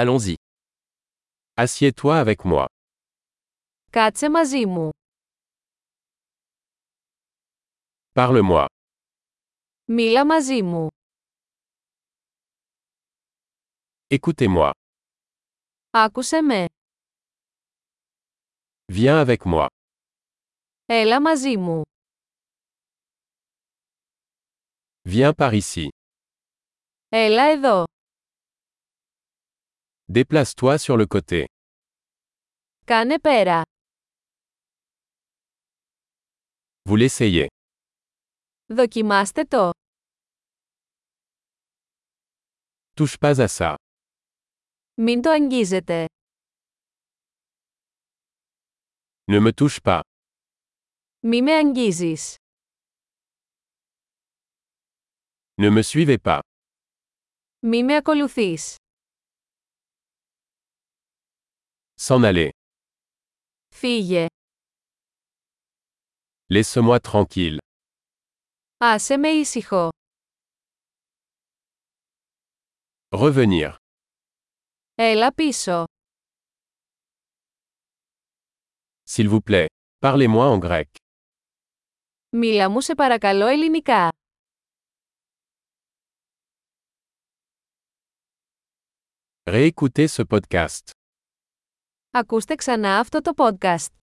Allons-y. Assieds-toi avec moi. Κάτσε μαζί μου. Parle-moi. Μίλα μαζί μου. Écoutez-moi. Άκουσε με. Viens avec moi. Έλα μαζί μου. Viens par ici. Έλα εδώ. Déplace-toi sur le côté. Κάνε πέρα. Vous l'essayez. Δοκιμάστε το. Touche pas à ça. Μην το αγγίζετε. Ne me touche pas. Μη με αγγίζεις. Ne me suivez pas. Μη με ακολουθείς. S'en aller. Φύγε. Laisse-moi tranquille. Άσε με ήσυχο. Revenir. Έλα πίσω. S'il vous plaît. Parlez-moi en grec. Μίλα μου σε παρακαλώ ελληνικά. Réécoutez ce podcast. Ακούστε ξανά αυτό το podcast.